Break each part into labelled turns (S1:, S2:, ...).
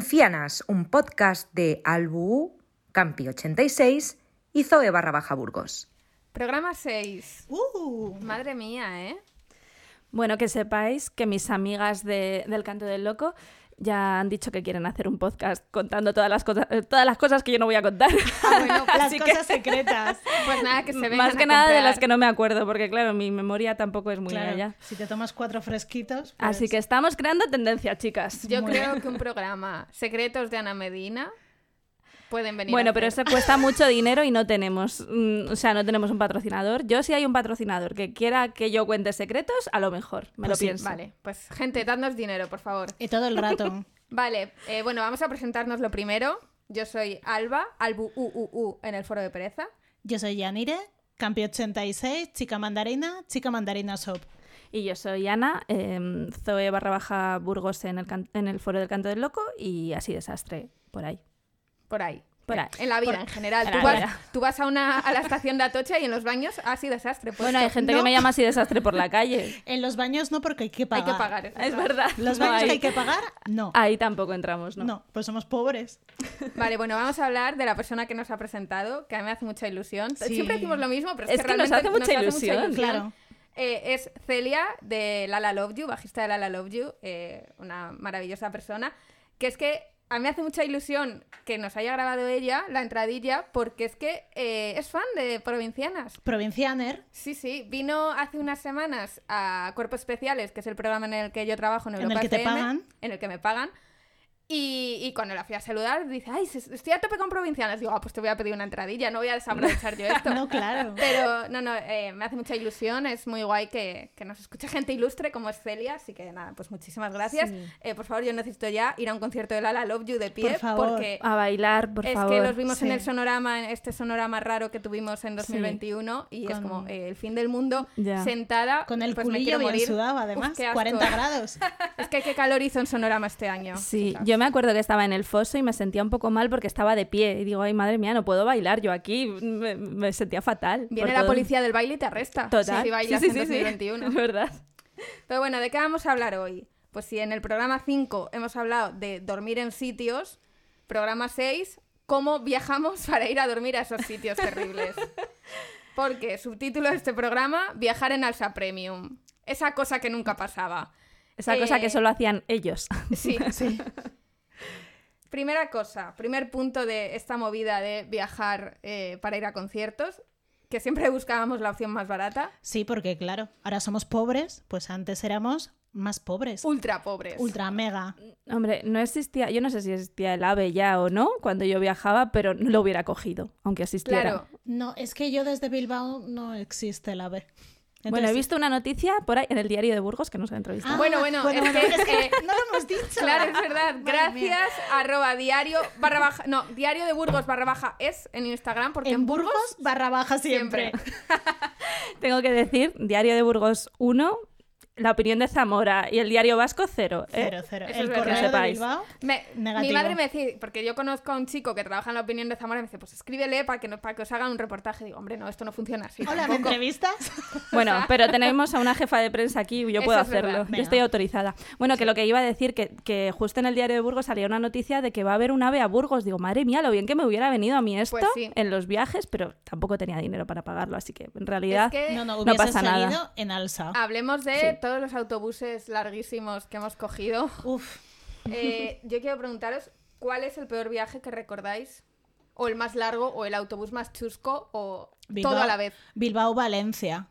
S1: Cianas, un podcast de Albu, Campi86 y Zoe barra baja Burgos.
S2: Programa 6.
S3: ¡Uh!
S2: Madre mía, ¿eh?
S4: Bueno, que sepáis que mis amigas de- del Canto del Loco ya han dicho que quieren hacer un podcast contando todas las cosas, eh, todas las cosas que yo no voy a contar.
S3: Ah, bueno, las
S4: Así que-
S3: cosas secretas.
S2: Pues nada, que se vengan
S4: Más
S2: a
S4: que nada de
S2: comprar.
S4: las que no me acuerdo, porque claro, mi memoria tampoco es muy
S3: Claro,
S4: allá.
S3: si te tomas cuatro fresquitos. pues-
S4: Así que estamos creando tendencia, chicas.
S2: Yo
S3: Muy
S2: creo que un programa Secretos de Ana Medina pueden venir.
S4: Bueno,
S2: a
S4: pero
S2: hacer.
S4: eso cuesta mucho dinero y no tenemos, mm, o sea, no tenemos un patrocinador. Yo si hay un patrocinador que quiera que yo cuente secretos, a lo mejor, me lo
S3: Pues sí,
S4: pienso.
S2: Vale, pues gente, dadnos dinero, por favor.
S3: Y todo el rato.
S2: Vale, eh, bueno, vamos a presentarnos lo primero. Yo soy Alba, Albu U, U, U, en el foro de pereza.
S3: Yo soy Yanire, Campi 86, chica mandarina, chica mandarina shop.
S4: Y yo soy Ana, em, Zoe barra baja Burgos en el, can- en el foro del Canto del Loco y así desastre por ahí.
S2: Por ahí.
S4: Por
S2: Eh,
S4: ahí.
S2: En la vida, en general.
S4: en
S2: Tú
S4: la vida.
S2: vas, tú vas a, una, a la estación de Atocha y en los baños, así desastre. Pues
S4: Bueno, hay gente que me llama así desastre por la calle.
S3: En los baños no, porque hay que
S2: hay
S3: pagar.
S2: que pagar. eso
S4: Es verdad.
S3: Los
S4: No,
S3: baños
S4: ahí,
S3: que hay que pagar, no.
S4: ahí tampoco entramos, Ah, ¿no?
S3: no. pues somos pobres.
S2: Vale, bueno, vamos a hablar de la persona que nos ha presentado, que a mí me hace mucha ilusión.
S3: Sí.
S2: Siempre decimos lo mismo, pero es,
S4: Es que nos
S2: realmente
S4: hace mucha ilusión.
S3: Claro.
S2: Eh, es Celia de Lala Love You, bajista de Lala Love You, eh, una maravillosa persona, que es que a mí me hace mucha ilusión que nos haya grabado ella la entradilla, porque es que eh, es fan de Provincianas.
S3: Provincianer,
S2: Sí, sí, vino hace unas semanas a Cuerpos Especiales, que es el programa en el que yo trabajo en
S3: En
S2: Europa
S3: el que te
S2: FM,
S3: pagan.
S2: En el que me pagan. Y, y cuando la fui a saludar, dice, ay, se- estoy a tope con provincianas. Digo, ah, pues te voy a pedir una entradilla, no voy a desaprovechar yo esto.
S3: no, claro.
S2: Pero no, no, eh, me hace mucha ilusión, es muy guay que, que nos escuche gente ilustre como es Celia, así que nada, pues muchísimas gracias. Eh, por favor, yo necesito ya ir a un concierto de Lala Love You de pie,
S3: Por favor.
S2: porque
S4: A bailar, por
S2: es
S4: favor.
S2: que los vimos en
S3: Sí.
S2: el sonorama, en este sonorama raro que tuvimos en 2021, y es
S3: Con-
S2: como eh, el fin del mundo,
S4: Ya.
S2: sentada.
S3: Con el
S2: pues me
S3: culillo
S2: quiero
S3: bien
S2: morir.
S3: sudado, además.
S2: Uf, qué asco.
S3: 40 grados.
S2: Es que qué calor hizo en sonorama este año.
S4: Sí,
S2: chicas.
S4: yo me acuerdo que estaba en el foso y me sentía un poco mal porque estaba de pie. Y digo, ay, madre mía, no puedo bailar yo aquí. Me, me sentía fatal.
S2: Viene
S4: por
S2: la
S4: todo.
S2: policía del baile y te arresta.
S4: Total.
S2: Si bailas
S4: Sí, sí,
S2: en
S4: sí, sí.
S2: 2021.
S4: Es verdad.
S2: Pero bueno, ¿de qué vamos a hablar hoy? Pues si en el programa 5 hemos hablado de dormir en sitios, programa 6, ¿cómo viajamos para ir a dormir a esos sitios terribles? Porque subtítulo de este programa, viajar en Alsa Premium. Esa cosa que nunca pasaba.
S4: Esa cosa
S2: Eh,
S4: que solo hacían ellos.
S2: Sí, sí. Primera cosa, primer punto de esta movida de viajar eh, para ir a conciertos, que siempre buscábamos la opción más barata,
S3: Sí, porque claro, ahora somos pobres, pues antes éramos más pobres.
S2: ultra pobres.
S3: Ultra mega.
S4: Hombre, no existía, yo no sé si existía el AVE ya o no cuando yo viajaba, pero no lo hubiera cogido, aunque existiera.
S2: Claro,
S3: No, es que yo desde Bilbao no existe el AVE.
S4: bueno, he
S3: Entonces-
S4: visto una noticia por ahí en el diario de Burgos que nos ha entrevistado.
S3: Ah,
S2: Bueno, bueno, es que- eh,
S3: no lo hemos dicho.
S2: Claro, es verdad.
S3: Madre mía.
S2: Gracias, arroba diario barra baja. No, diario de Burgos barra baja es en Instagram, porque en,
S3: En Burgos, barra baja siempre.
S2: Ah.
S4: Tengo que decir, diario de Burgos 1, la opinión de Zamora y el diario vasco ¿eh? 0.
S3: Cero, cero.
S2: Eso es
S3: el
S2: verdad.
S3: correo de
S4: Sepáis.
S3: Bilbao.
S2: Me- mi
S3: Negativo.
S2: madre me decía, porque yo conozco a un chico que trabaja en la opinión de Zamora, y me dice, pues escríbele para que, no, para que os hagan un reportaje. Digo, hombre, no, esto no funciona así.
S3: Hola, ¿me
S2: tampoco".
S3: entrevistas?
S4: Bueno, pero tenemos a una jefa de prensa aquí y yo
S2: Eso
S4: puedo
S2: es verdad.
S4: hacerlo.
S3: Venga.
S4: Yo estoy autorizada. Bueno, que lo que iba a decir, que, que justo en el diario de Burgos salía una noticia de que va a haber un AVE a Burgos. Digo, madre mía, lo bien que me hubiera venido a mí esto
S2: Pues sí.
S4: en los viajes, pero tampoco tenía dinero para pagarlo, así que en realidad...
S2: Es que
S3: No, no,
S4: No
S3: hubiese
S4: pasa
S3: salido
S4: nada.
S3: en alza.
S2: hablemos de
S4: Sí.
S2: todos los autobuses larguísimos que hemos cogido.
S3: Uf.
S2: Eh, yo quiero preguntaros, ¿cuál es el peor viaje que recordáis? O el más largo, o el autobús más chusco, o
S3: Bilbao-
S2: todo a la vez.
S3: Bilbao, Valencia.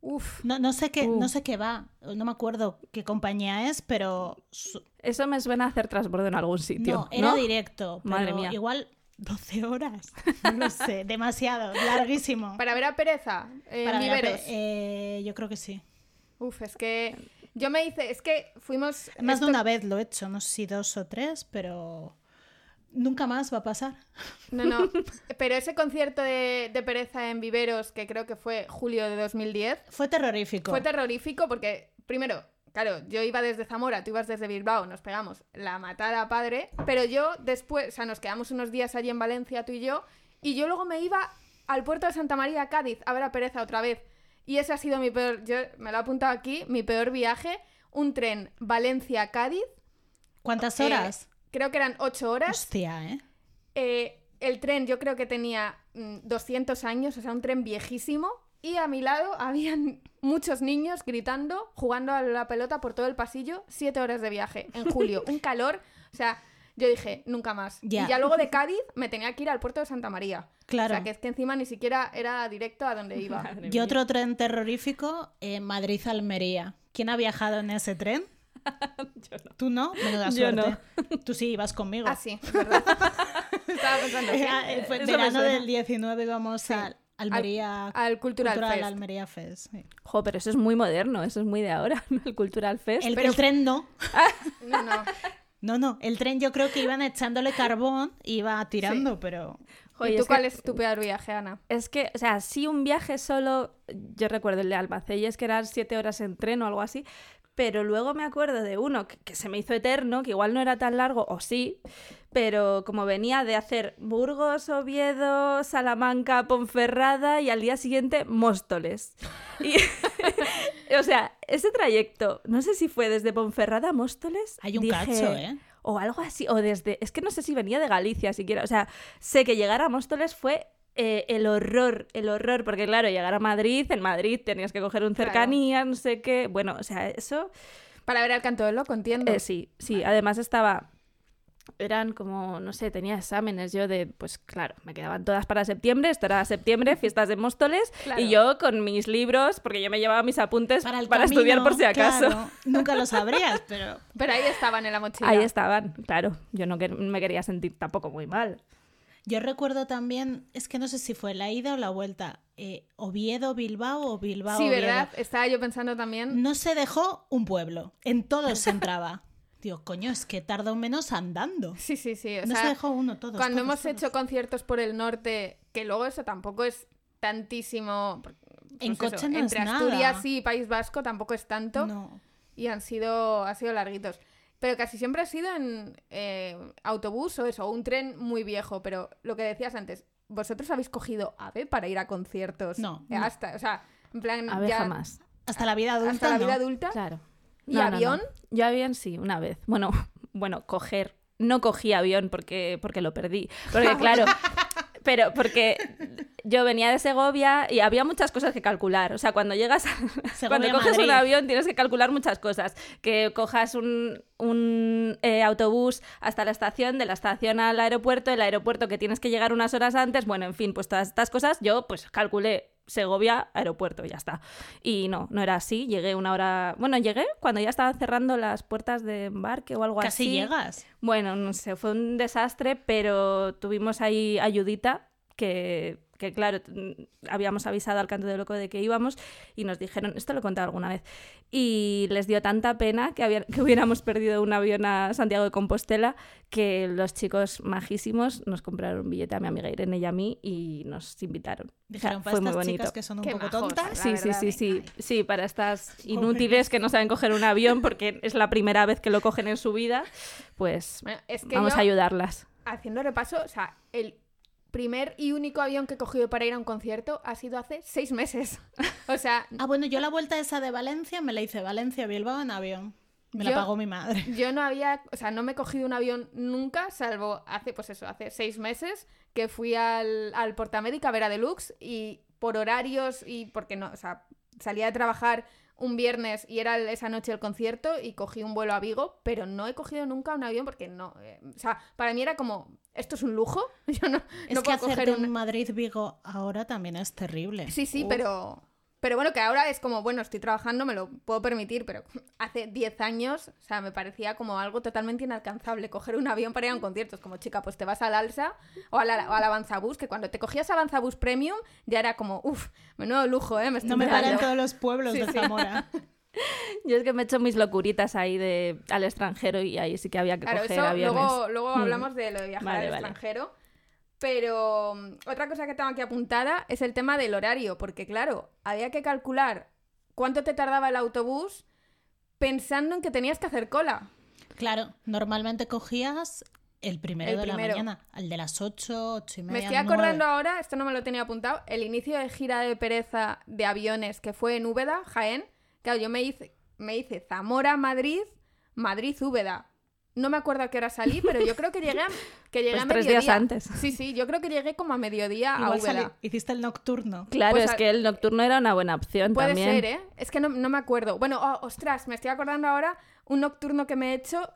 S2: Uf.
S3: No, no sé qué,
S4: Uh.
S3: no sé qué va. No me acuerdo qué compañía es, pero su-
S4: Eso me suena a hacer transbordo en algún sitio.
S3: no, era
S4: ¿no?
S3: directo. pero
S4: Madre mía.
S3: Igual 12 horas. No lo sé, demasiado, larguísimo.
S2: Para ver a Pereza, eh,
S3: Para
S2: en
S3: ver a pe-
S2: Viveros.
S3: eh, yo creo que sí.
S2: Uf, es que yo me hice, es que fuimos...
S3: Más
S2: esto-
S3: de una vez lo he hecho, no sé si dos o tres, pero nunca más va a pasar.
S2: No, no, pero ese concierto de, de Pereza en Viveros, que creo que fue julio de 2010,
S3: Fue terrorífico.
S2: fue terrorífico porque, primero, claro, yo iba desde Zamora, tú ibas desde Bilbao, nos pegamos la matada a padre, pero yo después, o sea, nos quedamos unos días allí en Valencia, tú y yo, y yo luego me iba al puerto de Santa María, a Cádiz, a ver a Pereza otra vez. Y ese ha sido mi peor, yo me lo he apuntado aquí, mi peor viaje, un tren Valencia-Cádiz.
S3: ¿Cuántas
S2: Eh,
S3: horas?
S2: creo que eran ocho horas.
S3: Hostia, ¿eh?
S2: Eh, el tren yo creo que tenía mm, 200 años, o sea, un tren viejísimo. Y a mi lado habían muchos niños gritando, jugando a la pelota por todo el pasillo, siete horas de viaje en julio, un calor, o sea, yo dije, nunca más.
S3: Ya.
S2: Y ya luego de Cádiz me tenía que ir al puerto de Santa María.
S3: Claro.
S2: O sea, que es que encima ni siquiera era directo a donde iba.
S4: Madre
S3: Y
S4: mía.
S3: otro tren terrorífico en Madrid-Almería. ¿Quién ha viajado en ese tren?
S4: Yo no.
S3: ¿Tú no? Menuda
S4: Yo
S3: suerte. Tú sí, ibas conmigo.
S2: Ah, sí, es verdad. Estaba pensando. ¿qué?
S3: Era- eh, fue
S4: Eso me
S3: verano
S4: suena.
S3: del 19 íbamos a Almería
S2: Al Cultural, Fest.
S3: Almería Fest. sí.
S4: Jo, pero eso es muy moderno, eso es muy de ahora, ¿no? el Cultural Fest.
S3: El,
S2: Pero-
S3: el tren no.
S2: No, no.
S3: No, no. El tren yo creo que iban echándole carbón, iba tirando, pero
S4: Jo,
S2: ¿Y
S4: y
S2: tú
S4: es
S2: cuál
S4: que-
S2: es tu peor viaje, Ana?
S4: Es que, o sea, sí un viaje solo, yo recuerdo el de Albacelles, que eran siete horas en tren o algo así, pero luego me acuerdo de uno que, que se me hizo eterno, que igual no era tan largo, o sí, pero como venía de hacer Burgos, Oviedo, Salamanca, Ponferrada y al día siguiente Móstoles. Y, o sea, ese trayecto, no sé si fue desde Ponferrada a Móstoles.
S3: hay un
S4: dije,
S3: cacho, ¿eh?
S4: o algo así, o desde, es que no sé si venía de Galicia siquiera, o sea, sé que llegar a Móstoles fue eh, el horror, el horror, porque claro, llegar a Madrid, en Madrid tenías que coger un
S2: Claro.
S4: cercanía, no sé qué, bueno, o sea, eso,
S2: Para ver al canto del loco, entiendo.
S4: eh, sí, sí, además estaba, eran como, no sé, tenía exámenes yo de, pues claro, me quedaban todas para septiembre, esto era septiembre, fiestas de Móstoles,
S2: Claro.
S4: y yo con mis libros, porque yo me llevaba mis apuntes para,
S3: el
S4: estudiar
S3: camino,
S4: por si acaso.
S3: claro. nunca lo sabrías, pero
S2: Pero ahí estaban en la mochila.
S4: Ahí estaban, claro, yo no quer- me quería sentir tampoco muy mal.
S3: yo recuerdo también, es que no sé si fue la ida o la vuelta, eh, Oviedo, Bilbao o Bilbao.
S2: Sí,
S3: Oviedo.
S2: ¿verdad? Estaba yo pensando también.
S3: No se dejó un pueblo, en todos se entraba. Digo, coño, es que tardó menos andando.
S2: Sí, sí, sí. O
S3: no se
S2: sea,
S3: dejó uno, todos.
S2: cuando
S3: todos,
S2: hemos
S3: todos.
S2: hecho conciertos por el norte, que luego eso tampoco es tantísimo. pues
S3: En
S2: eso,
S3: coche no es
S2: Entre
S3: nada.
S2: Asturias y País Vasco tampoco es tanto.
S3: No.
S2: Y han sido, ha sido larguitos. Pero casi siempre ha sido en eh, autobús o eso, o un tren muy viejo. Pero lo que decías antes, ¿vosotros habéis cogido AVE para ir a conciertos?
S3: No,
S2: Eh,
S3: no.
S2: Hasta, o sea, en plan,
S4: A
S2: Mm,
S4: ver,
S2: ya
S4: jamás.
S3: Hasta la vida adulta.
S2: hasta la
S3: no.
S2: vida adulta.
S4: Claro.
S2: ¿Y avión?
S4: Yo avión sí, una vez. Bueno, bueno, coger. No cogí avión porque, porque lo perdí. Porque claro, pero porque yo venía de Segovia y había muchas cosas que calcular. O sea, cuando llegas, a- cuando
S3: Segovia,
S4: coges un
S3: Madrid.
S4: avión tienes que calcular muchas cosas. Que cojas un, un, eh, autobús hasta la estación, de la estación al aeropuerto, el aeropuerto que tienes que llegar unas horas antes. Bueno, en fin, pues todas estas cosas yo pues calculé. Segovia, aeropuerto, ya está. Y no, no era así. Llegué una hora. Bueno, llegué cuando ya estaban cerrando las puertas de embarque o algo
S3: Casi
S4: así.
S3: llegas.
S4: Bueno, no sé, fue un desastre, pero tuvimos ahí ayudita que, que, claro, t- habíamos avisado al canto de loco de que íbamos y nos dijeron, esto lo he contado alguna vez, y les dio tanta pena que, había- que hubiéramos perdido un avión a Santiago de Compostela que los chicos majísimos nos compraron un billete a mi amiga Irene y a mí y nos invitaron. O sea,
S3: Dijeron para
S4: fue muy
S3: estas
S4: bonito.
S3: chicas que son un
S2: Qué
S3: poco
S2: majos,
S3: tontas.
S2: la
S4: Sí, sí,
S2: verdad,
S4: sí,
S2: ¿eh?
S4: sí, sí, para estas inútiles que no saben coger un avión porque es la primera vez que lo cogen en su vida, pues
S2: Bueno, es que
S4: vamos
S2: yo,
S4: a ayudarlas.
S2: haciendo repaso, o sea, el primer y único avión que he cogido para ir a un concierto ha sido hace seis meses. O sea,
S3: Ah, bueno, yo la vuelta esa de Valencia me la hice Valencia-Bilbao en avión. Me
S2: Yo-
S3: la pagó mi madre.
S2: yo no había, o sea, no me he cogido un avión nunca, salvo hace, pues eso, hace seis meses que fui al, al Portamédica Vera Deluxe y por horarios y porque no, o sea, salía de trabajar un viernes y era el- esa noche el concierto y cogí un vuelo a Vigo, pero no he cogido nunca un avión porque no, eh, o sea, para mí era como, esto es un lujo, yo no,
S3: Es
S2: no
S3: que
S2: puedo coger
S3: hacerte
S2: un,
S3: un Madrid-Vigo ahora también es terrible.
S2: Sí, sí, pero. Pero bueno, que ahora es como, bueno, estoy trabajando, me lo puedo permitir, pero hace 10 años, o sea, me parecía como algo totalmente inalcanzable coger un avión para ir a un concierto. Es como, chica, pues te vas al Alsa o al, o al Avanzabús, que cuando te cogías Avanzabús Premium ya era como, uff, menudo lujo, ¿eh? Me estoy
S3: No me
S2: pegando".
S3: paran todos los pueblos
S2: Sí,
S3: de
S2: sí.
S3: Zamora.
S4: Yo es que me he hecho mis locuritas ahí de al extranjero y ahí sí que había que
S2: Claro,
S4: coger
S2: eso
S4: aviones.
S2: luego, luego
S4: Mm.
S2: hablamos de lo de viajar al
S4: Vale, vale.
S2: extranjero. Pero mm, otra cosa que tengo aquí apuntada es el tema del horario, porque claro, había que calcular cuánto te tardaba el autobús pensando en que tenías que hacer cola.
S3: Claro, normalmente cogías el primero
S2: El
S3: de
S2: primero.
S3: la mañana, al de las 8, 8 y media.
S2: Me estoy
S3: nueve.
S2: acordando ahora, esto no me lo tenía apuntado, el inicio de gira de pereza de aviones que fue en Úbeda, Jaén. Claro, yo me hice, me hice Zamora, Madrid, Madrid, Úbeda. No me acuerdo a qué hora salí, pero yo creo que llegué a, que llegué
S4: Pues
S2: a
S4: tres
S2: mediodía.
S4: días antes.
S2: Sí, sí, yo creo que llegué como a mediodía a
S3: Igual
S2: Úbeda.
S3: sali- hiciste el nocturno.
S4: Claro,
S2: Pues
S4: es
S2: a-
S4: que el nocturno era una buena opción
S2: Puede
S4: también.
S2: ser, ¿eh? Es que no, no me acuerdo. Bueno, oh, ostras, me estoy acordando ahora un nocturno que me he hecho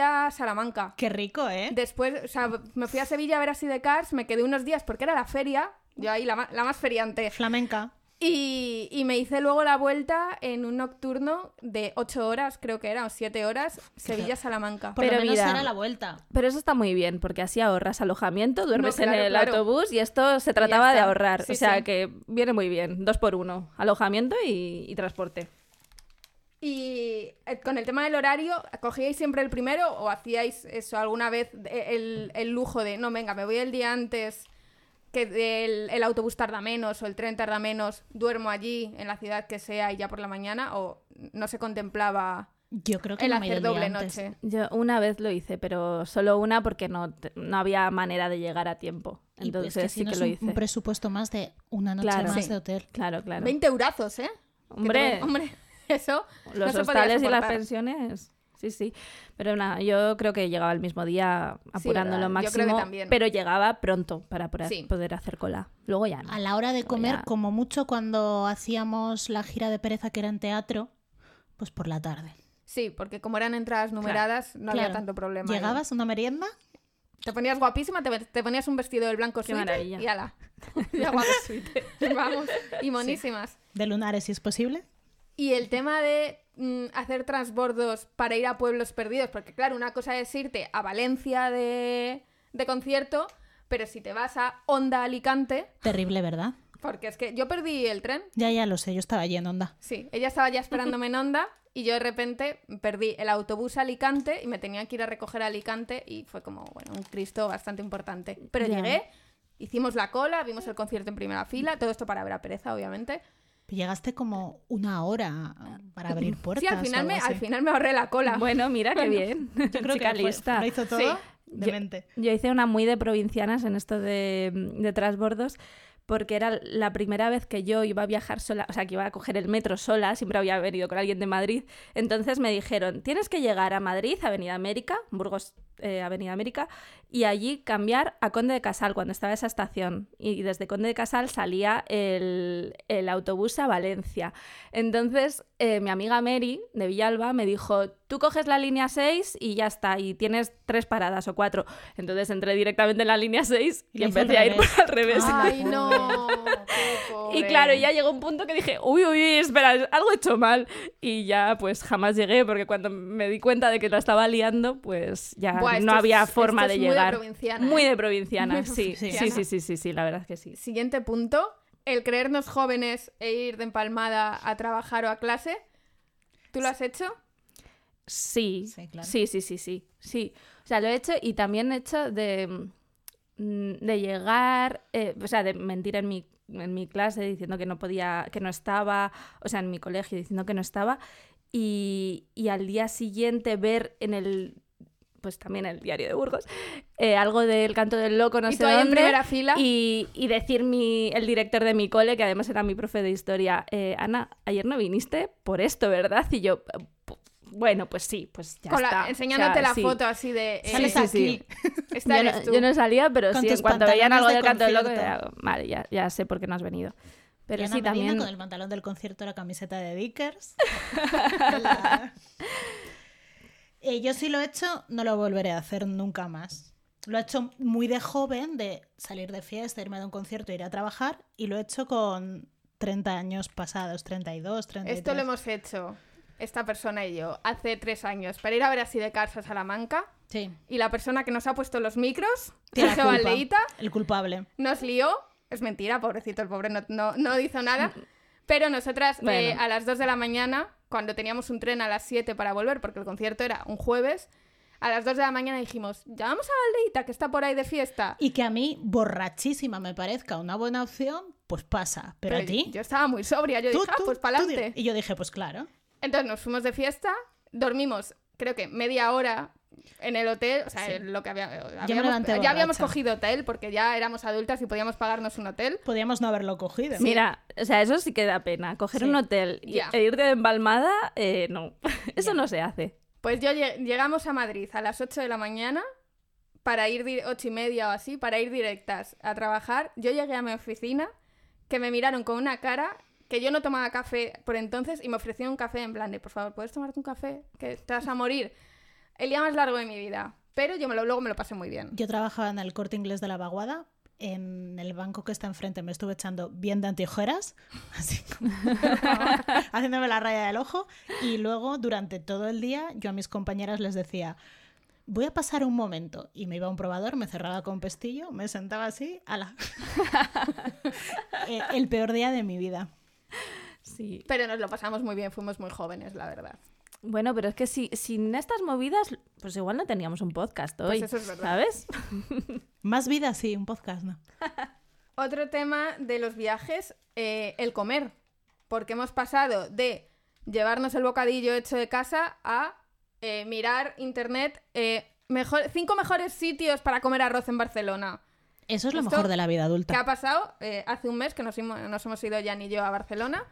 S2: Sevilla-Salamanca.
S3: Qué rico, ¿eh?
S2: Después, o sea, me fui a Sevilla a ver así de Cars, me quedé unos días porque era la feria, yo ahí la, ma- la más feriante.
S3: Flamenca.
S2: Y, y me hice luego la vuelta en un nocturno de 8 horas, creo que era, o 7 horas, Sevilla-Salamanca.
S3: Por
S4: Pero
S3: lo menos
S4: mira.
S3: era la vuelta.
S4: Pero eso está muy bien, porque así ahorras alojamiento, duermes
S2: No, claro,
S4: en el
S2: claro.
S4: autobús y esto se trataba de
S2: está.
S4: ahorrar.
S2: Sí,
S4: o sea
S2: sí.
S4: que viene muy bien, dos por uno, alojamiento y, y transporte.
S2: Y eh, con el tema del horario, ¿cogíais siempre el primero o hacíais eso alguna vez de- el, el lujo de, no, venga, me voy el día antes, que el, el autobús tarda menos o el tren tarda menos, duermo allí, en la ciudad que sea y ya por la mañana? ¿O no se contemplaba
S3: Yo creo que
S2: el
S3: no me
S2: hacer
S3: he ido el
S2: doble
S3: día antes.
S2: noche?
S4: Yo una vez lo hice, pero solo una porque no, te- no había manera de llegar a tiempo.
S3: Y pues
S4: Entonces
S3: que si
S4: sí
S3: no
S4: que
S3: es
S4: lo
S3: un-
S4: hice.
S3: un presupuesto más de una noche
S4: Claro.
S3: más
S4: Sí.
S3: de hotel.
S4: Claro, claro.
S2: 20 eurazos, ¿eh? Que
S4: Hombre.
S2: te- hombre, eso. no
S4: Los
S2: se podía
S4: hostales y las
S2: soportar.
S4: pensiones. Sí, sí. Pero nada, yo creo que llegaba el mismo día
S2: Sí,
S4: apurando lo
S2: ¿verdad? Yo creo que
S4: máximo.
S2: también.
S4: Pero llegaba pronto para poder,
S2: Sí.
S4: poder hacer cola. Luego ya no.
S3: A la hora de
S4: Luego
S3: comer,
S4: ya-
S3: como mucho cuando hacíamos la gira de pereza que era en teatro, pues por la tarde.
S2: Sí, porque como eran entradas numeradas, no
S3: Claro.
S2: había tanto problema. ahí.
S3: Llegabas a una merienda,
S2: Te ponías guapísima, te, te ponías un vestido del blanco
S4: Qué
S2: suite
S4: maravilla.
S2: y ala. Ya guapas. Vamos, y monísimas.
S3: de lunares si es posible.
S2: Y el tema de mm, hacer transbordos para ir a pueblos perdidos, porque claro, una cosa es irte a Valencia de, de concierto, pero si te vas a Onda Alicante,
S3: Terrible, ¿verdad?
S2: porque es que yo perdí el tren,
S3: Ya, ya lo sé, yo estaba allí en onda.
S2: sí, ella estaba ya esperándome en Onda y yo de repente perdí el autobús a Alicante y me tenían que ir a recoger a Alicante y fue como, bueno, un Cristo bastante importante. Pero
S4: Ya.
S2: llegué, hicimos la cola, vimos el concierto en primera fila, todo esto para ver a Pereza, obviamente.
S3: Llegaste como una hora para abrir puertas.
S2: Sí, al
S3: o
S2: final,
S3: algo
S2: me,
S3: así.
S2: al final me ahorré la cola.
S4: Bueno, mira qué bien.
S3: Yo creo
S4: Chica
S3: que fue-
S4: lista.
S3: lo hizo todo
S2: Sí.
S3: de
S4: Yo-
S3: mente.
S4: Yo hice una muy de provincianas en esto de, de transbordos porque era la primera vez que yo iba a viajar sola, o sea, que iba a coger el metro sola, siempre había venido con alguien de Madrid. Entonces me dijeron, tienes que llegar a Madrid, Avenida América, Burgos, eh, Avenida América, y allí cambiar a Conde de Casal cuando estaba esa estación. Y desde Conde de Casal salía el, el autobús a Valencia. Entonces, eh, mi amiga Mary de Villalba me dijo, tú coges la línea 6 y ya está, y tienes tres paradas o cuatro. Entonces entré directamente en la línea 6
S3: Y
S4: y,
S3: la hizo Ah.
S4: empecé
S3: al
S4: a ir por
S3: revés.
S4: al revés.
S2: Ay,
S3: Pobre.
S2: no. qué
S4: y
S2: pobre.
S4: claro, ya llegó un punto que dije, uy, uy, uy, espera, algo he hecho mal. Y ya, pues jamás llegué, porque cuando me di cuenta de que lo estaba liando, pues ya
S2: Buah, esto
S4: no
S2: es-
S4: había
S2: esto
S4: forma
S2: es
S4: de
S2: muy de
S4: llegar.
S2: provinciana,
S4: Muy
S2: ¿eh?
S4: de provinciana,
S2: Muy
S4: sí,
S3: provinciana.
S4: sí, sí, sí, sí, sí, la verdad es que sí.
S2: Siguiente punto, el creernos jóvenes e ir de empalmada a trabajar o a clase. ¿Tú lo has hecho?
S4: Sí,
S3: Sí, claro.
S4: sí, sí, sí, sí, sí. O sea, lo he hecho y también he hecho de, mm, de llegar, eh, o sea, de mentir en mi, en mi clase diciendo que no podía, que no estaba, o sea, en mi colegio diciendo que no estaba y, y al día siguiente ver en el, pues también el diario de Burgos, eh, algo del canto del loco, no
S2: y
S4: sé
S2: tú ahí en
S4: dónde,
S2: primera fila.
S4: y, y decir mi, el director de mi cole, que además era mi profe de historia, eh, Ana, ayer no viniste por esto, ¿verdad? Y yo, "Pu- bueno, pues sí, pues ya
S2: con la-
S4: está. O sea,
S2: enseñándote la
S4: sí.
S2: foto así de. eh,
S3: Sales
S4: sí,
S3: aquí.
S4: sí, sí.
S2: esta
S4: Yo
S2: eres
S4: no,
S2: tú.
S4: yo no salía, pero
S3: Con
S4: sí,
S3: tus
S4: en cuanto veían
S3: pantalones
S4: algo
S3: de
S4: del canto del loco,
S3: concierto.
S4: era, vale, ya, ya sé por qué no has venido. Pero
S3: Y Ana
S4: sí,
S3: Medina
S4: también...
S3: con el pantalón del concierto la camiseta de Dickers. La- Eh, yo sí lo he hecho, no lo volveré a hacer nunca más. Lo he hecho muy de joven, de salir de fiesta, irme de un concierto, ir a trabajar, y lo he hecho con 30 años pasados, 32, 33.
S2: Esto lo hemos hecho, esta persona y yo, hace tres años, para ir a ver así de casa a Salamanca.
S3: Sí,
S2: Y la persona que nos ha puesto los micros,
S3: tiene
S2: José
S3: la culpa,
S2: Valdeíta,
S3: el culpable.
S2: nos lió. Es mentira, pobrecito, el pobre no, no, no hizo nada. Pero nosotras eh,
S4: Bueno.
S2: a las 2 de la mañana, cuando teníamos un tren a las 7 para volver, porque el concierto era un jueves, a las 2 de la mañana dijimos, llamamos a Valdeita, que está por ahí de fiesta.
S3: Y que a mí, borrachísima me parezca una buena opción, pues pasa. Pero, a ti,
S2: Yo estaba muy sobria, yo
S3: tú,
S2: dije, ah,
S3: tú,
S2: pues
S3: tú,
S2: para adelante.
S3: di- Y yo dije, pues claro.
S2: Entonces nos fuimos de fiesta, dormimos creo que media hora en el hotel, o sea,
S3: Sí.
S2: lo que había- eh,
S3: levanté
S2: habíamos, ya habíamos
S3: borracha.
S2: cogido hotel porque ya éramos adultas y podíamos pagarnos un hotel.
S3: Podíamos no haberlo cogido.
S4: Mira, o sea, eso sí que da pena. Coger
S3: Sí.
S4: un hotel y-
S2: Ya.
S4: e irte de empalmada, eh, no. Eso
S3: Ya.
S4: no se hace.
S2: Pues yo lle- llegamos a Madrid a las 8 de la mañana para ir di- ocho y media o así, para ir directas a trabajar. Yo llegué a mi oficina, que me miraron con una cara que yo no tomaba café por entonces y me ofrecieron un café en plan de, por favor, ¿puedes tomarte un café? Que te vas a morir. El día más largo de mi vida. Pero yo me lo, luego me lo pasé muy bien.
S3: Yo trabajaba en el corte inglés de la Vaguada, en el banco que está enfrente. Me estuve echando bien de antiojeras, así como haciéndome la raya del ojo. Y luego, durante todo el día, yo a mis compañeras les decía. Voy a pasar un momento. Y me iba a un probador, me cerraba con pestillo, me sentaba así, ala. Eh, el peor día de mi vida.
S4: Sí.
S2: Pero nos lo pasamos muy bien, fuimos muy jóvenes, la verdad.
S4: Bueno, pero es que si, sin estas movidas, pues igual no teníamos un podcast hoy.
S2: Pues eso es verdad.
S4: ¿Sabes?
S3: Más vida, sí, un podcast, ¿no?
S2: Otro tema de los viajes, eh, el comer. Porque hemos pasado de llevarnos el bocadillo hecho de casa a eh, mirar internet eh, mejor, cinco mejores sitios para comer arroz en Barcelona.
S3: Eso es lo
S2: Esto-
S3: mejor de la vida adulta.
S2: ¿Qué ha pasado? Eh, hace un mes que nos, hemos- nos hemos ido ya ni yo a Barcelona.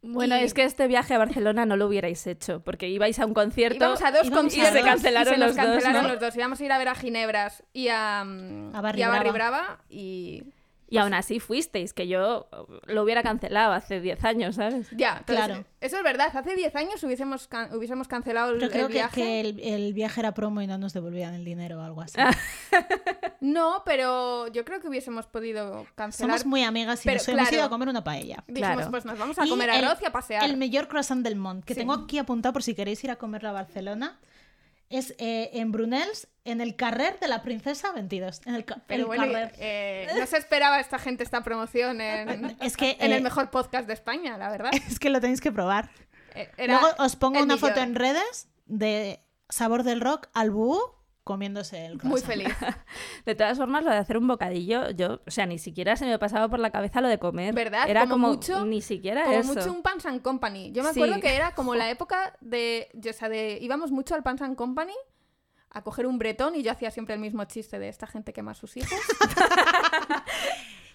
S4: Bueno,
S2: Y-
S4: es que este viaje a Barcelona no lo hubierais hecho, porque ibais a un concierto.
S2: Íbamos a dos
S3: íbamos a
S2: conciertos
S3: dos. Y se
S4: cancelaron
S2: y se nos
S4: los dos,
S2: cancelaron
S4: ¿no?
S2: los dos. Íbamos a ir a ver a Ginebras y a, mm,
S3: A Barri
S2: y a Barri
S3: Brava.
S2: Brava y...
S4: Y aún así fuisteis, que yo lo hubiera cancelado hace 10 años, ¿sabes?
S2: Ya, entonces,
S3: Claro.
S2: Eso es verdad. Hace 10 años hubiésemos, can- hubiésemos cancelado el,
S3: Pero creo
S2: el
S3: que,
S2: viaje.
S3: que el, el viaje era promo y no nos devolvían el dinero o algo así.
S2: No, pero yo creo que hubiésemos podido cancelar.
S3: Somos muy amigas y
S2: Pero,
S3: nos hemos ido
S2: claro.
S3: a comer una paella.
S2: Dijimos,
S4: Claro.
S2: pues nos vamos a
S3: Y
S2: comer
S3: el-
S2: arroz y a pasear.
S3: El mejor croissant del mundo, que
S2: Sí.
S3: tengo aquí apuntado por si queréis ir a comerlo a Barcelona, es eh, en Brunels, en el carrer de la Princesa 22. En el, ca-
S2: Pero
S3: el
S2: bueno,
S3: carrer.
S2: eh, no se esperaba esta gente esta promoción en,
S3: Es que,
S2: en
S3: eh,
S2: el mejor podcast de España, la verdad.
S3: Es que lo tenéis que probar.
S2: Eh, era
S3: Luego os pongo
S2: el
S3: una foto
S2: millón.
S3: en redes de Sabor del Rock al Bú comiéndose el croissant.
S2: Muy feliz.
S4: De todas formas, lo de hacer un bocadillo, yo, o sea, ni siquiera se me pasaba por la cabeza lo de comer.
S2: ¿Verdad?
S4: Era
S2: Como
S4: como,
S2: mucho-
S4: ni siquiera
S2: Como
S4: eso.
S2: mucho un Pans and Company. Yo me
S4: Sí.
S2: acuerdo que era como la época de, yo, o sea, de íbamos mucho al Pans and Company a coger un bretón y yo hacía siempre el mismo chiste de esta gente quema a sus hijos.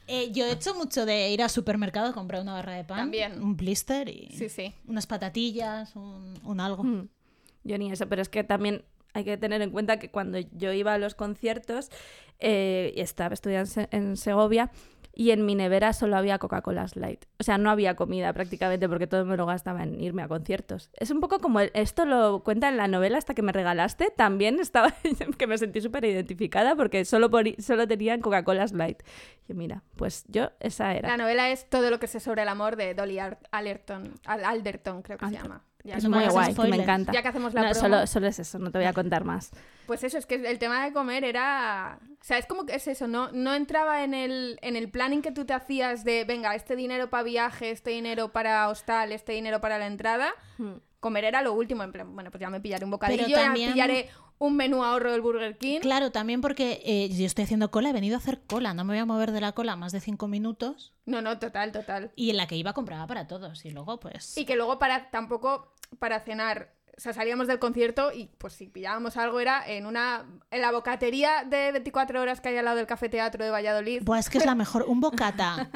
S3: Eh, yo he hecho mucho de ir al supermercado a comprar una barra de pan,
S2: También.
S3: un blister y
S2: Sí, sí.
S3: unas patatillas, un, un algo.
S4: Mm. Yo ni eso, pero es que también hay que tener en cuenta que cuando yo iba a los conciertos, eh, y estaba estudiando en Se- en Segovia y en mi nevera solo había Coca-Cola Light. O sea, no había comida prácticamente porque todo me lo gastaba en irme a conciertos. Es un poco como el- esto lo cuenta en la novela hasta que me regalaste. También estaba que me sentí súper identificada porque solo, por, solo tenían Coca-Cola Light. Yo, mira, pues yo esa era.
S2: La novela es Todo lo que sé sobre el amor de Dolly Ar- Allerton, Al- Alderton, creo que
S4: Alderton.
S2: se llama. Ya,
S4: es
S3: no me
S4: muy
S3: hagas
S4: guay, que me
S3: spoilers.
S4: encanta.
S2: ya que hacemos la
S4: No,
S2: promo.
S4: solo, solo es eso, no te voy a contar más.
S2: Pues eso, es que el tema de comer era... O sea, es como que es eso, no, no entraba en el, en el planning que tú te hacías de, venga, este dinero para viaje, este dinero para hostal, este dinero para la entrada.
S4: Hmm.
S2: Comer era lo último, en plan, bueno, pues ya me pillaré un bocadillo, ya
S3: también-
S2: pillaré un menú ahorro del Burger King.
S3: Claro, también porque eh, yo estoy haciendo cola, he venido a hacer cola, no me voy a mover de la cola más de cinco minutos.
S2: No, no, total, total.
S3: Y en la que iba compraba para todos y luego pues...
S2: Y que luego para tampoco para cenar, o sea, salíamos del concierto y pues si pillábamos algo era en una en la bocatería de 24 horas que hay al lado del Café Teatro de Valladolid.
S3: Buah, es que es la mejor, un bocata.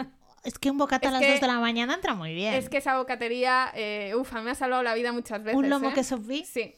S3: Es que un bocata
S2: Es
S3: a las
S2: que-
S3: 2 de la mañana entra muy bien.
S2: es que esa bocatería, eh, ufa, me ha salvado la vida muchas veces.
S3: un lomo
S2: ¿eh?
S3: que sofí.
S2: Sí.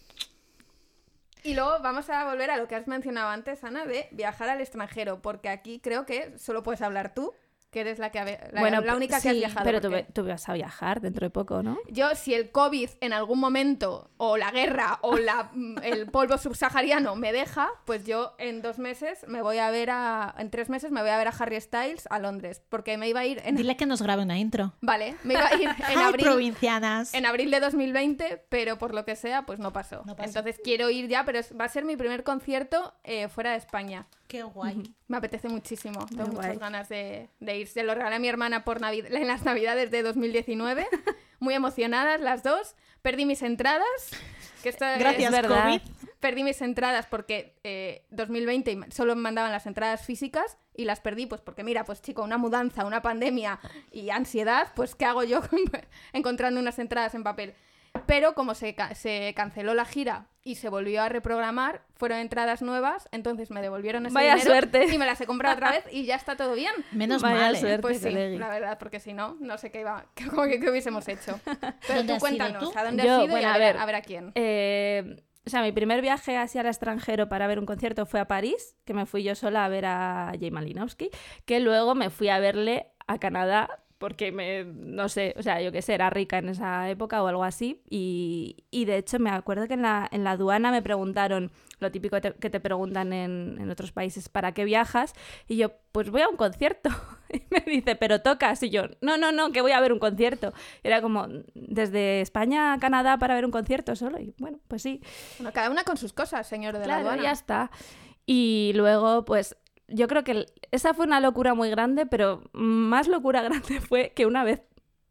S2: Y luego vamos a volver a lo que has mencionado antes, Ana, de viajar al extranjero, porque aquí creo que solo puedes hablar tú, que eres la que habe- la, la
S4: pe-
S2: única que has
S4: sí,
S2: viajado.
S4: Pero tú,
S2: porque-
S4: ve- tú vas a viajar dentro de poco, ¿no?
S2: Yo, si el COVID en algún momento, o la guerra, o la, mm, el polvo subsahariano me deja, pues yo en dos meses me voy a ver a. En tres meses me voy a ver a Harry Styles a Londres, porque me iba a ir en.
S3: Dile que nos grabe una intro.
S2: Vale, me iba a ir en
S3: Ay,
S2: abril.
S3: provincianas.
S2: En abril de 2020, pero por lo que sea, pues no pasó.
S3: No pasó.
S2: Entonces quiero ir ya, pero es- va a ser mi primer concierto eh, fuera de España.
S3: Qué guay.
S2: Me apetece muchísimo. Tengo
S4: Muy
S2: muchas
S4: guay.
S2: ganas de, de ir. Se lo regalé a mi hermana por Navi- en las Navidades de 2019. Muy emocionadas las dos. Perdí mis entradas. que esto es-
S3: Gracias,
S4: Es verdad.
S3: COVID.
S2: Perdí mis entradas porque eh, 2020 y- solo me mandaban las entradas físicas y las perdí pues porque mira, pues chico, una mudanza, una pandemia y ansiedad, pues ¿qué hago yo encontrando unas entradas en papel? Pero como se, ca- se canceló la gira y se volvió a reprogramar, fueron entradas nuevas, entonces me devolvieron ese
S4: Vaya
S2: dinero
S4: suerte.
S2: y me las he comprado otra vez y ya está todo bien.
S3: Menos
S4: Vaya
S3: mal. ¿eh?
S4: suerte.
S2: Pues sí,
S4: Telegui.
S2: la verdad, porque si no, no sé qué iba, qué- como que, qué hubiésemos hecho. Pero
S3: ¿Dónde
S2: tú
S3: has ido
S2: cuéntanos,
S3: tú?
S2: ¿a dónde
S4: Yo,
S2: has ido y
S4: bueno,
S2: a
S4: a
S2: ver,
S4: ver.
S2: a ver a quién?
S4: Eh, O sea, mi primer viaje hacia el extranjero para ver un concierto fue a París, que me fui yo sola a ver a Jay Malinowski, que luego me fui a verle a Canadá porque me, no sé, o sea, yo qué sé, era rica en esa época o algo así. Y, y de hecho me acuerdo que en la, en la aduana me preguntaron, lo típico te- que te preguntan en, en otros países, ¿para qué viajas? Y yo, pues voy a un concierto. Y me dice, pero tocas. Y yo, no, no, no, que voy a ver un concierto. Era como, desde España a Canadá para ver un concierto solo. Y bueno, pues sí.
S2: Bueno, cada una con sus cosas, señor de la
S4: Claro,
S2: aduana.
S4: ya está. Y luego, pues, yo creo que el- esa fue una locura muy grande, pero más locura grande fue que una vez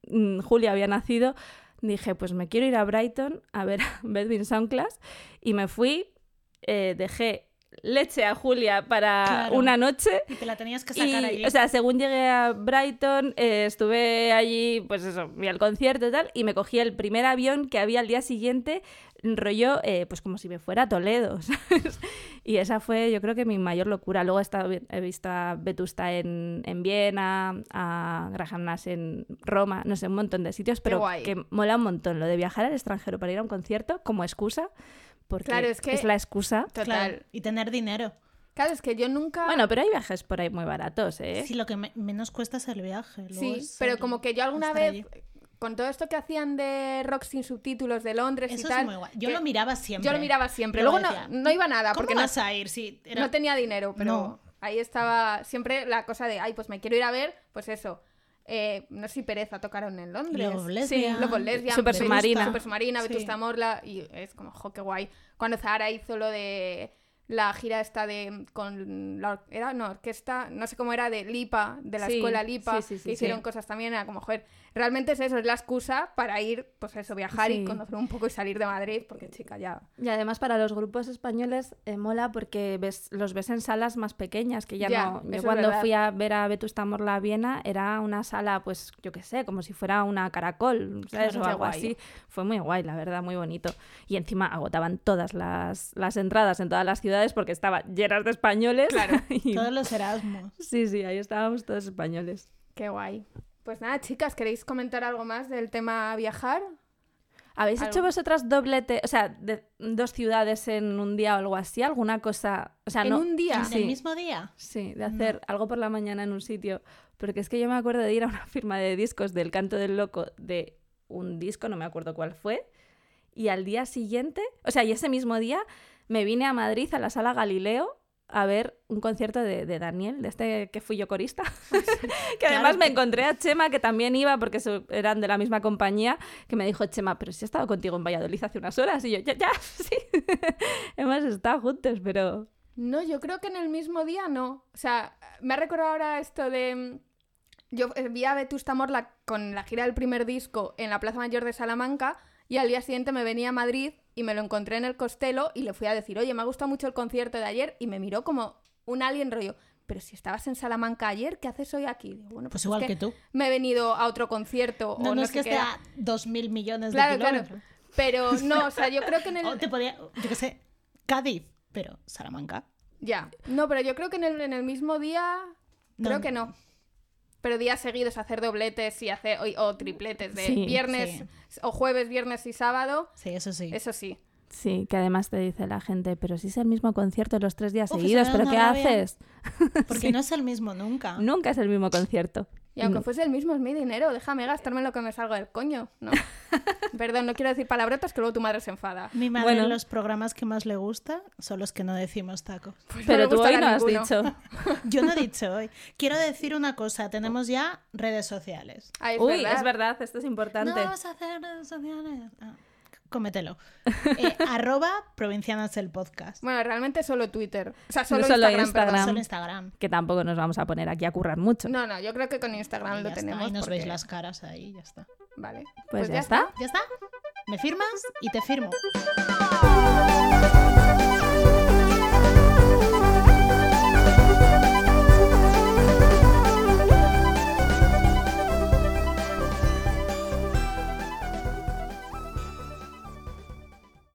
S4: mm, Julia había nacido, dije, pues me quiero ir a Brighton a ver a Bedwin Soundclass. Y me fui, eh, dejé leche a Julia para
S3: Claro.
S4: una noche
S3: Y te la tenías que sacar
S4: y,
S3: allí.
S4: o sea, según llegué a Brighton, eh, estuve allí, pues eso, vi al concierto y tal, y me cogí el primer avión que había al día siguiente, rollo, eh, pues como si me fuera a Toledo, ¿sabes? Y esa fue, yo creo que mi mayor locura. Luego he, estado- he visto a Vetusta en, en Viena, a Graham Nash en Roma, no sé, un montón de sitios, pero
S2: guay.
S4: que mola un montón lo de viajar al extranjero para ir a un concierto como excusa, porque
S2: Claro, es que-
S4: la excusa.
S2: Total.
S3: Claro,
S2: Claro.
S3: Y tener dinero.
S2: es que yo nunca...
S4: Bueno, pero hay viajes por ahí muy baratos, ¿eh?
S3: Sí, lo que me- menos cuesta es el viaje. luego
S2: sí,
S3: es
S2: pero
S3: el-
S2: como que yo alguna
S3: estar
S2: vez...
S3: allí.
S2: Con todo esto que hacían de rock sin subtítulos de Londres
S3: Eso
S2: y tal... eh,
S3: es muy guay. Yo
S2: que-
S3: lo miraba siempre.
S2: Yo lo miraba siempre.
S3: Yo
S2: Luego no,
S3: decía,
S2: no iba a nada,
S3: ¿Cómo
S2: porque no,
S3: vas a ir? Sí, era-
S2: no tenía dinero, pero
S3: No.
S2: ahí estaba siempre la cosa de, ay, pues me quiero ir a ver, pues eso. Eh, no sé si pereza tocaron en Londres.
S3: Love
S4: Sí,
S3: Lesbian.
S2: Lobo Lesbian,
S4: Super
S2: Vetusta-
S4: Submarina.
S2: Super Submarina,
S3: Sí.
S2: Vetusta Morla, y es como, jo, qué guay. Cuando Zahara hizo lo de la gira esta de con la or- era no orquesta no sé cómo era de Lipa de la
S4: Sí,
S2: escuela Lipa
S4: sí, sí, sí,
S2: que hicieron
S4: sí.
S2: cosas también era como joder realmente es eso es la excusa para ir pues eso viajar y
S4: Sí.
S2: conocer un poco y salir de Madrid porque chica ya
S4: Y además para los grupos españoles eh, mola porque ves, los ves en salas más pequeñas, que ya,
S2: Ya,
S4: no...
S2: eso
S4: Yo
S2: es
S4: cuando
S2: verdad.
S4: fui a ver a Vetusta Morla a Viena era una sala, pues yo qué sé, como si fuera una caracol, ¿sabes?
S2: Claro,
S4: o
S2: qué
S4: algo
S2: guay.
S4: así. Fue muy guay, la verdad, muy bonito. Y encima agotaban todas las, las entradas en todas las ciudades porque estaba llenas de españoles.
S2: Claro.
S4: Y-
S3: Todos los Erasmus.
S4: Sí, sí, ahí estábamos todos españoles.
S2: Qué guay. Pues nada, chicas, ¿queréis comentar algo más del tema viajar?
S4: ¿Habéis hecho
S2: Algo.
S4: vosotras doblete, o sea, de dos ciudades en un día o algo así? ¿Alguna cosa? O sea,
S2: en
S4: no...
S2: un día.
S3: ¿En
S4: Sí.
S3: el mismo día?
S4: Sí, de hacer algo por la mañana en un sitio. Porque es que yo me acuerdo de ir a una firma de discos del Canto del Loco de un disco, no me acuerdo cuál fue. Y al día siguiente, o sea, y ese mismo día me vine a Madrid a la Sala Galileo a ver un concierto de, de Daniel, de este que fui yo corista. que además me encontré a Chema, que también iba porque su- eran de la misma compañía, que me dijo, Chema, pero si he estado contigo en Valladolid hace unas horas. Y yo, ya, ya, sí. Hemos estado juntos, pero
S2: No, yo creo que en el mismo día no. O sea, me ha recordado ahora esto de... mm, Yo eh, vi a Vetusta Morla con la gira del primer disco en la Plaza Mayor de Salamanca y al día siguiente me venía a Madrid y me lo encontré en el Costello y le fui a decir, oye, me ha gustado mucho el concierto de ayer y me miró como un alien rollo. Pero si estabas en Salamanca ayer, ¿qué haces hoy aquí? Digo, bueno,
S3: Pues
S2: pues,
S3: igual
S2: es
S3: que tú.
S2: me he venido a otro concierto
S3: No,
S2: o
S3: no,
S2: no
S3: es
S2: sé
S3: que
S2: qué era".
S3: esté a 2.000 millones de
S2: Claro, claro.
S3: kilómetros.
S2: Pero no, o sea, yo creo que en
S3: O Oh, te
S2: el...
S3: podía, yo qué sé, Cádiz, pero Salamanca.
S2: Ya. No, pero yo creo que en el, en el mismo día...
S3: No.
S2: Creo que no. Pero días seguidos hacer dobletes y hacer... O, o tripletes de
S4: Sí,
S2: viernes... O jueves, viernes y sábado.
S3: Sí, eso sí.
S2: Eso sí.
S4: Sí, que además te dice la gente, pero si es el mismo concierto los tres días
S3: Uf, eso
S4: seguidos,
S3: me da
S4: ¿pero
S3: una
S4: qué
S3: rabia.
S4: haces?
S3: Porque no es el mismo nunca.
S4: Nunca es el mismo concierto. Mm,
S2: Y aunque fuese el mismo, es mi dinero. Déjame gastarme lo que me salga del coño. No. Perdón, no quiero decir palabrotas que luego tu madre se enfada.
S3: Mi madre,
S4: Bueno.
S3: los programas que más le gusta son los que no decimos tacos.
S2: Pues no
S4: Pero
S2: me
S4: tú hoy
S2: gustará
S4: no has
S2: ninguno.
S4: dicho.
S3: Yo no he dicho hoy. Quiero decir una cosa, tenemos ya redes sociales.
S2: Ay, Ah, es
S4: Uy,
S2: verdad.
S4: es verdad, esto es importante.
S3: No vamos a hacer redes sociales. Ah, c- cómetelo. Eh, arroba provincianas el podcast.
S2: Bueno, realmente solo Twitter. O sea, solo,
S4: No solo
S2: Instagram, perdón.
S4: Instagram.
S3: Solo Instagram.
S4: Que tampoco nos vamos a poner aquí a currar mucho.
S2: No, no, yo creo que con Instagram
S3: Y
S2: lo
S3: ya está,
S2: tenemos.
S3: y nos
S2: porque-
S3: veis las caras ahí, ya está.
S2: Vale.
S4: Pues ya está.
S3: ¿Ya está? ¿Me firmas? Y te firmo.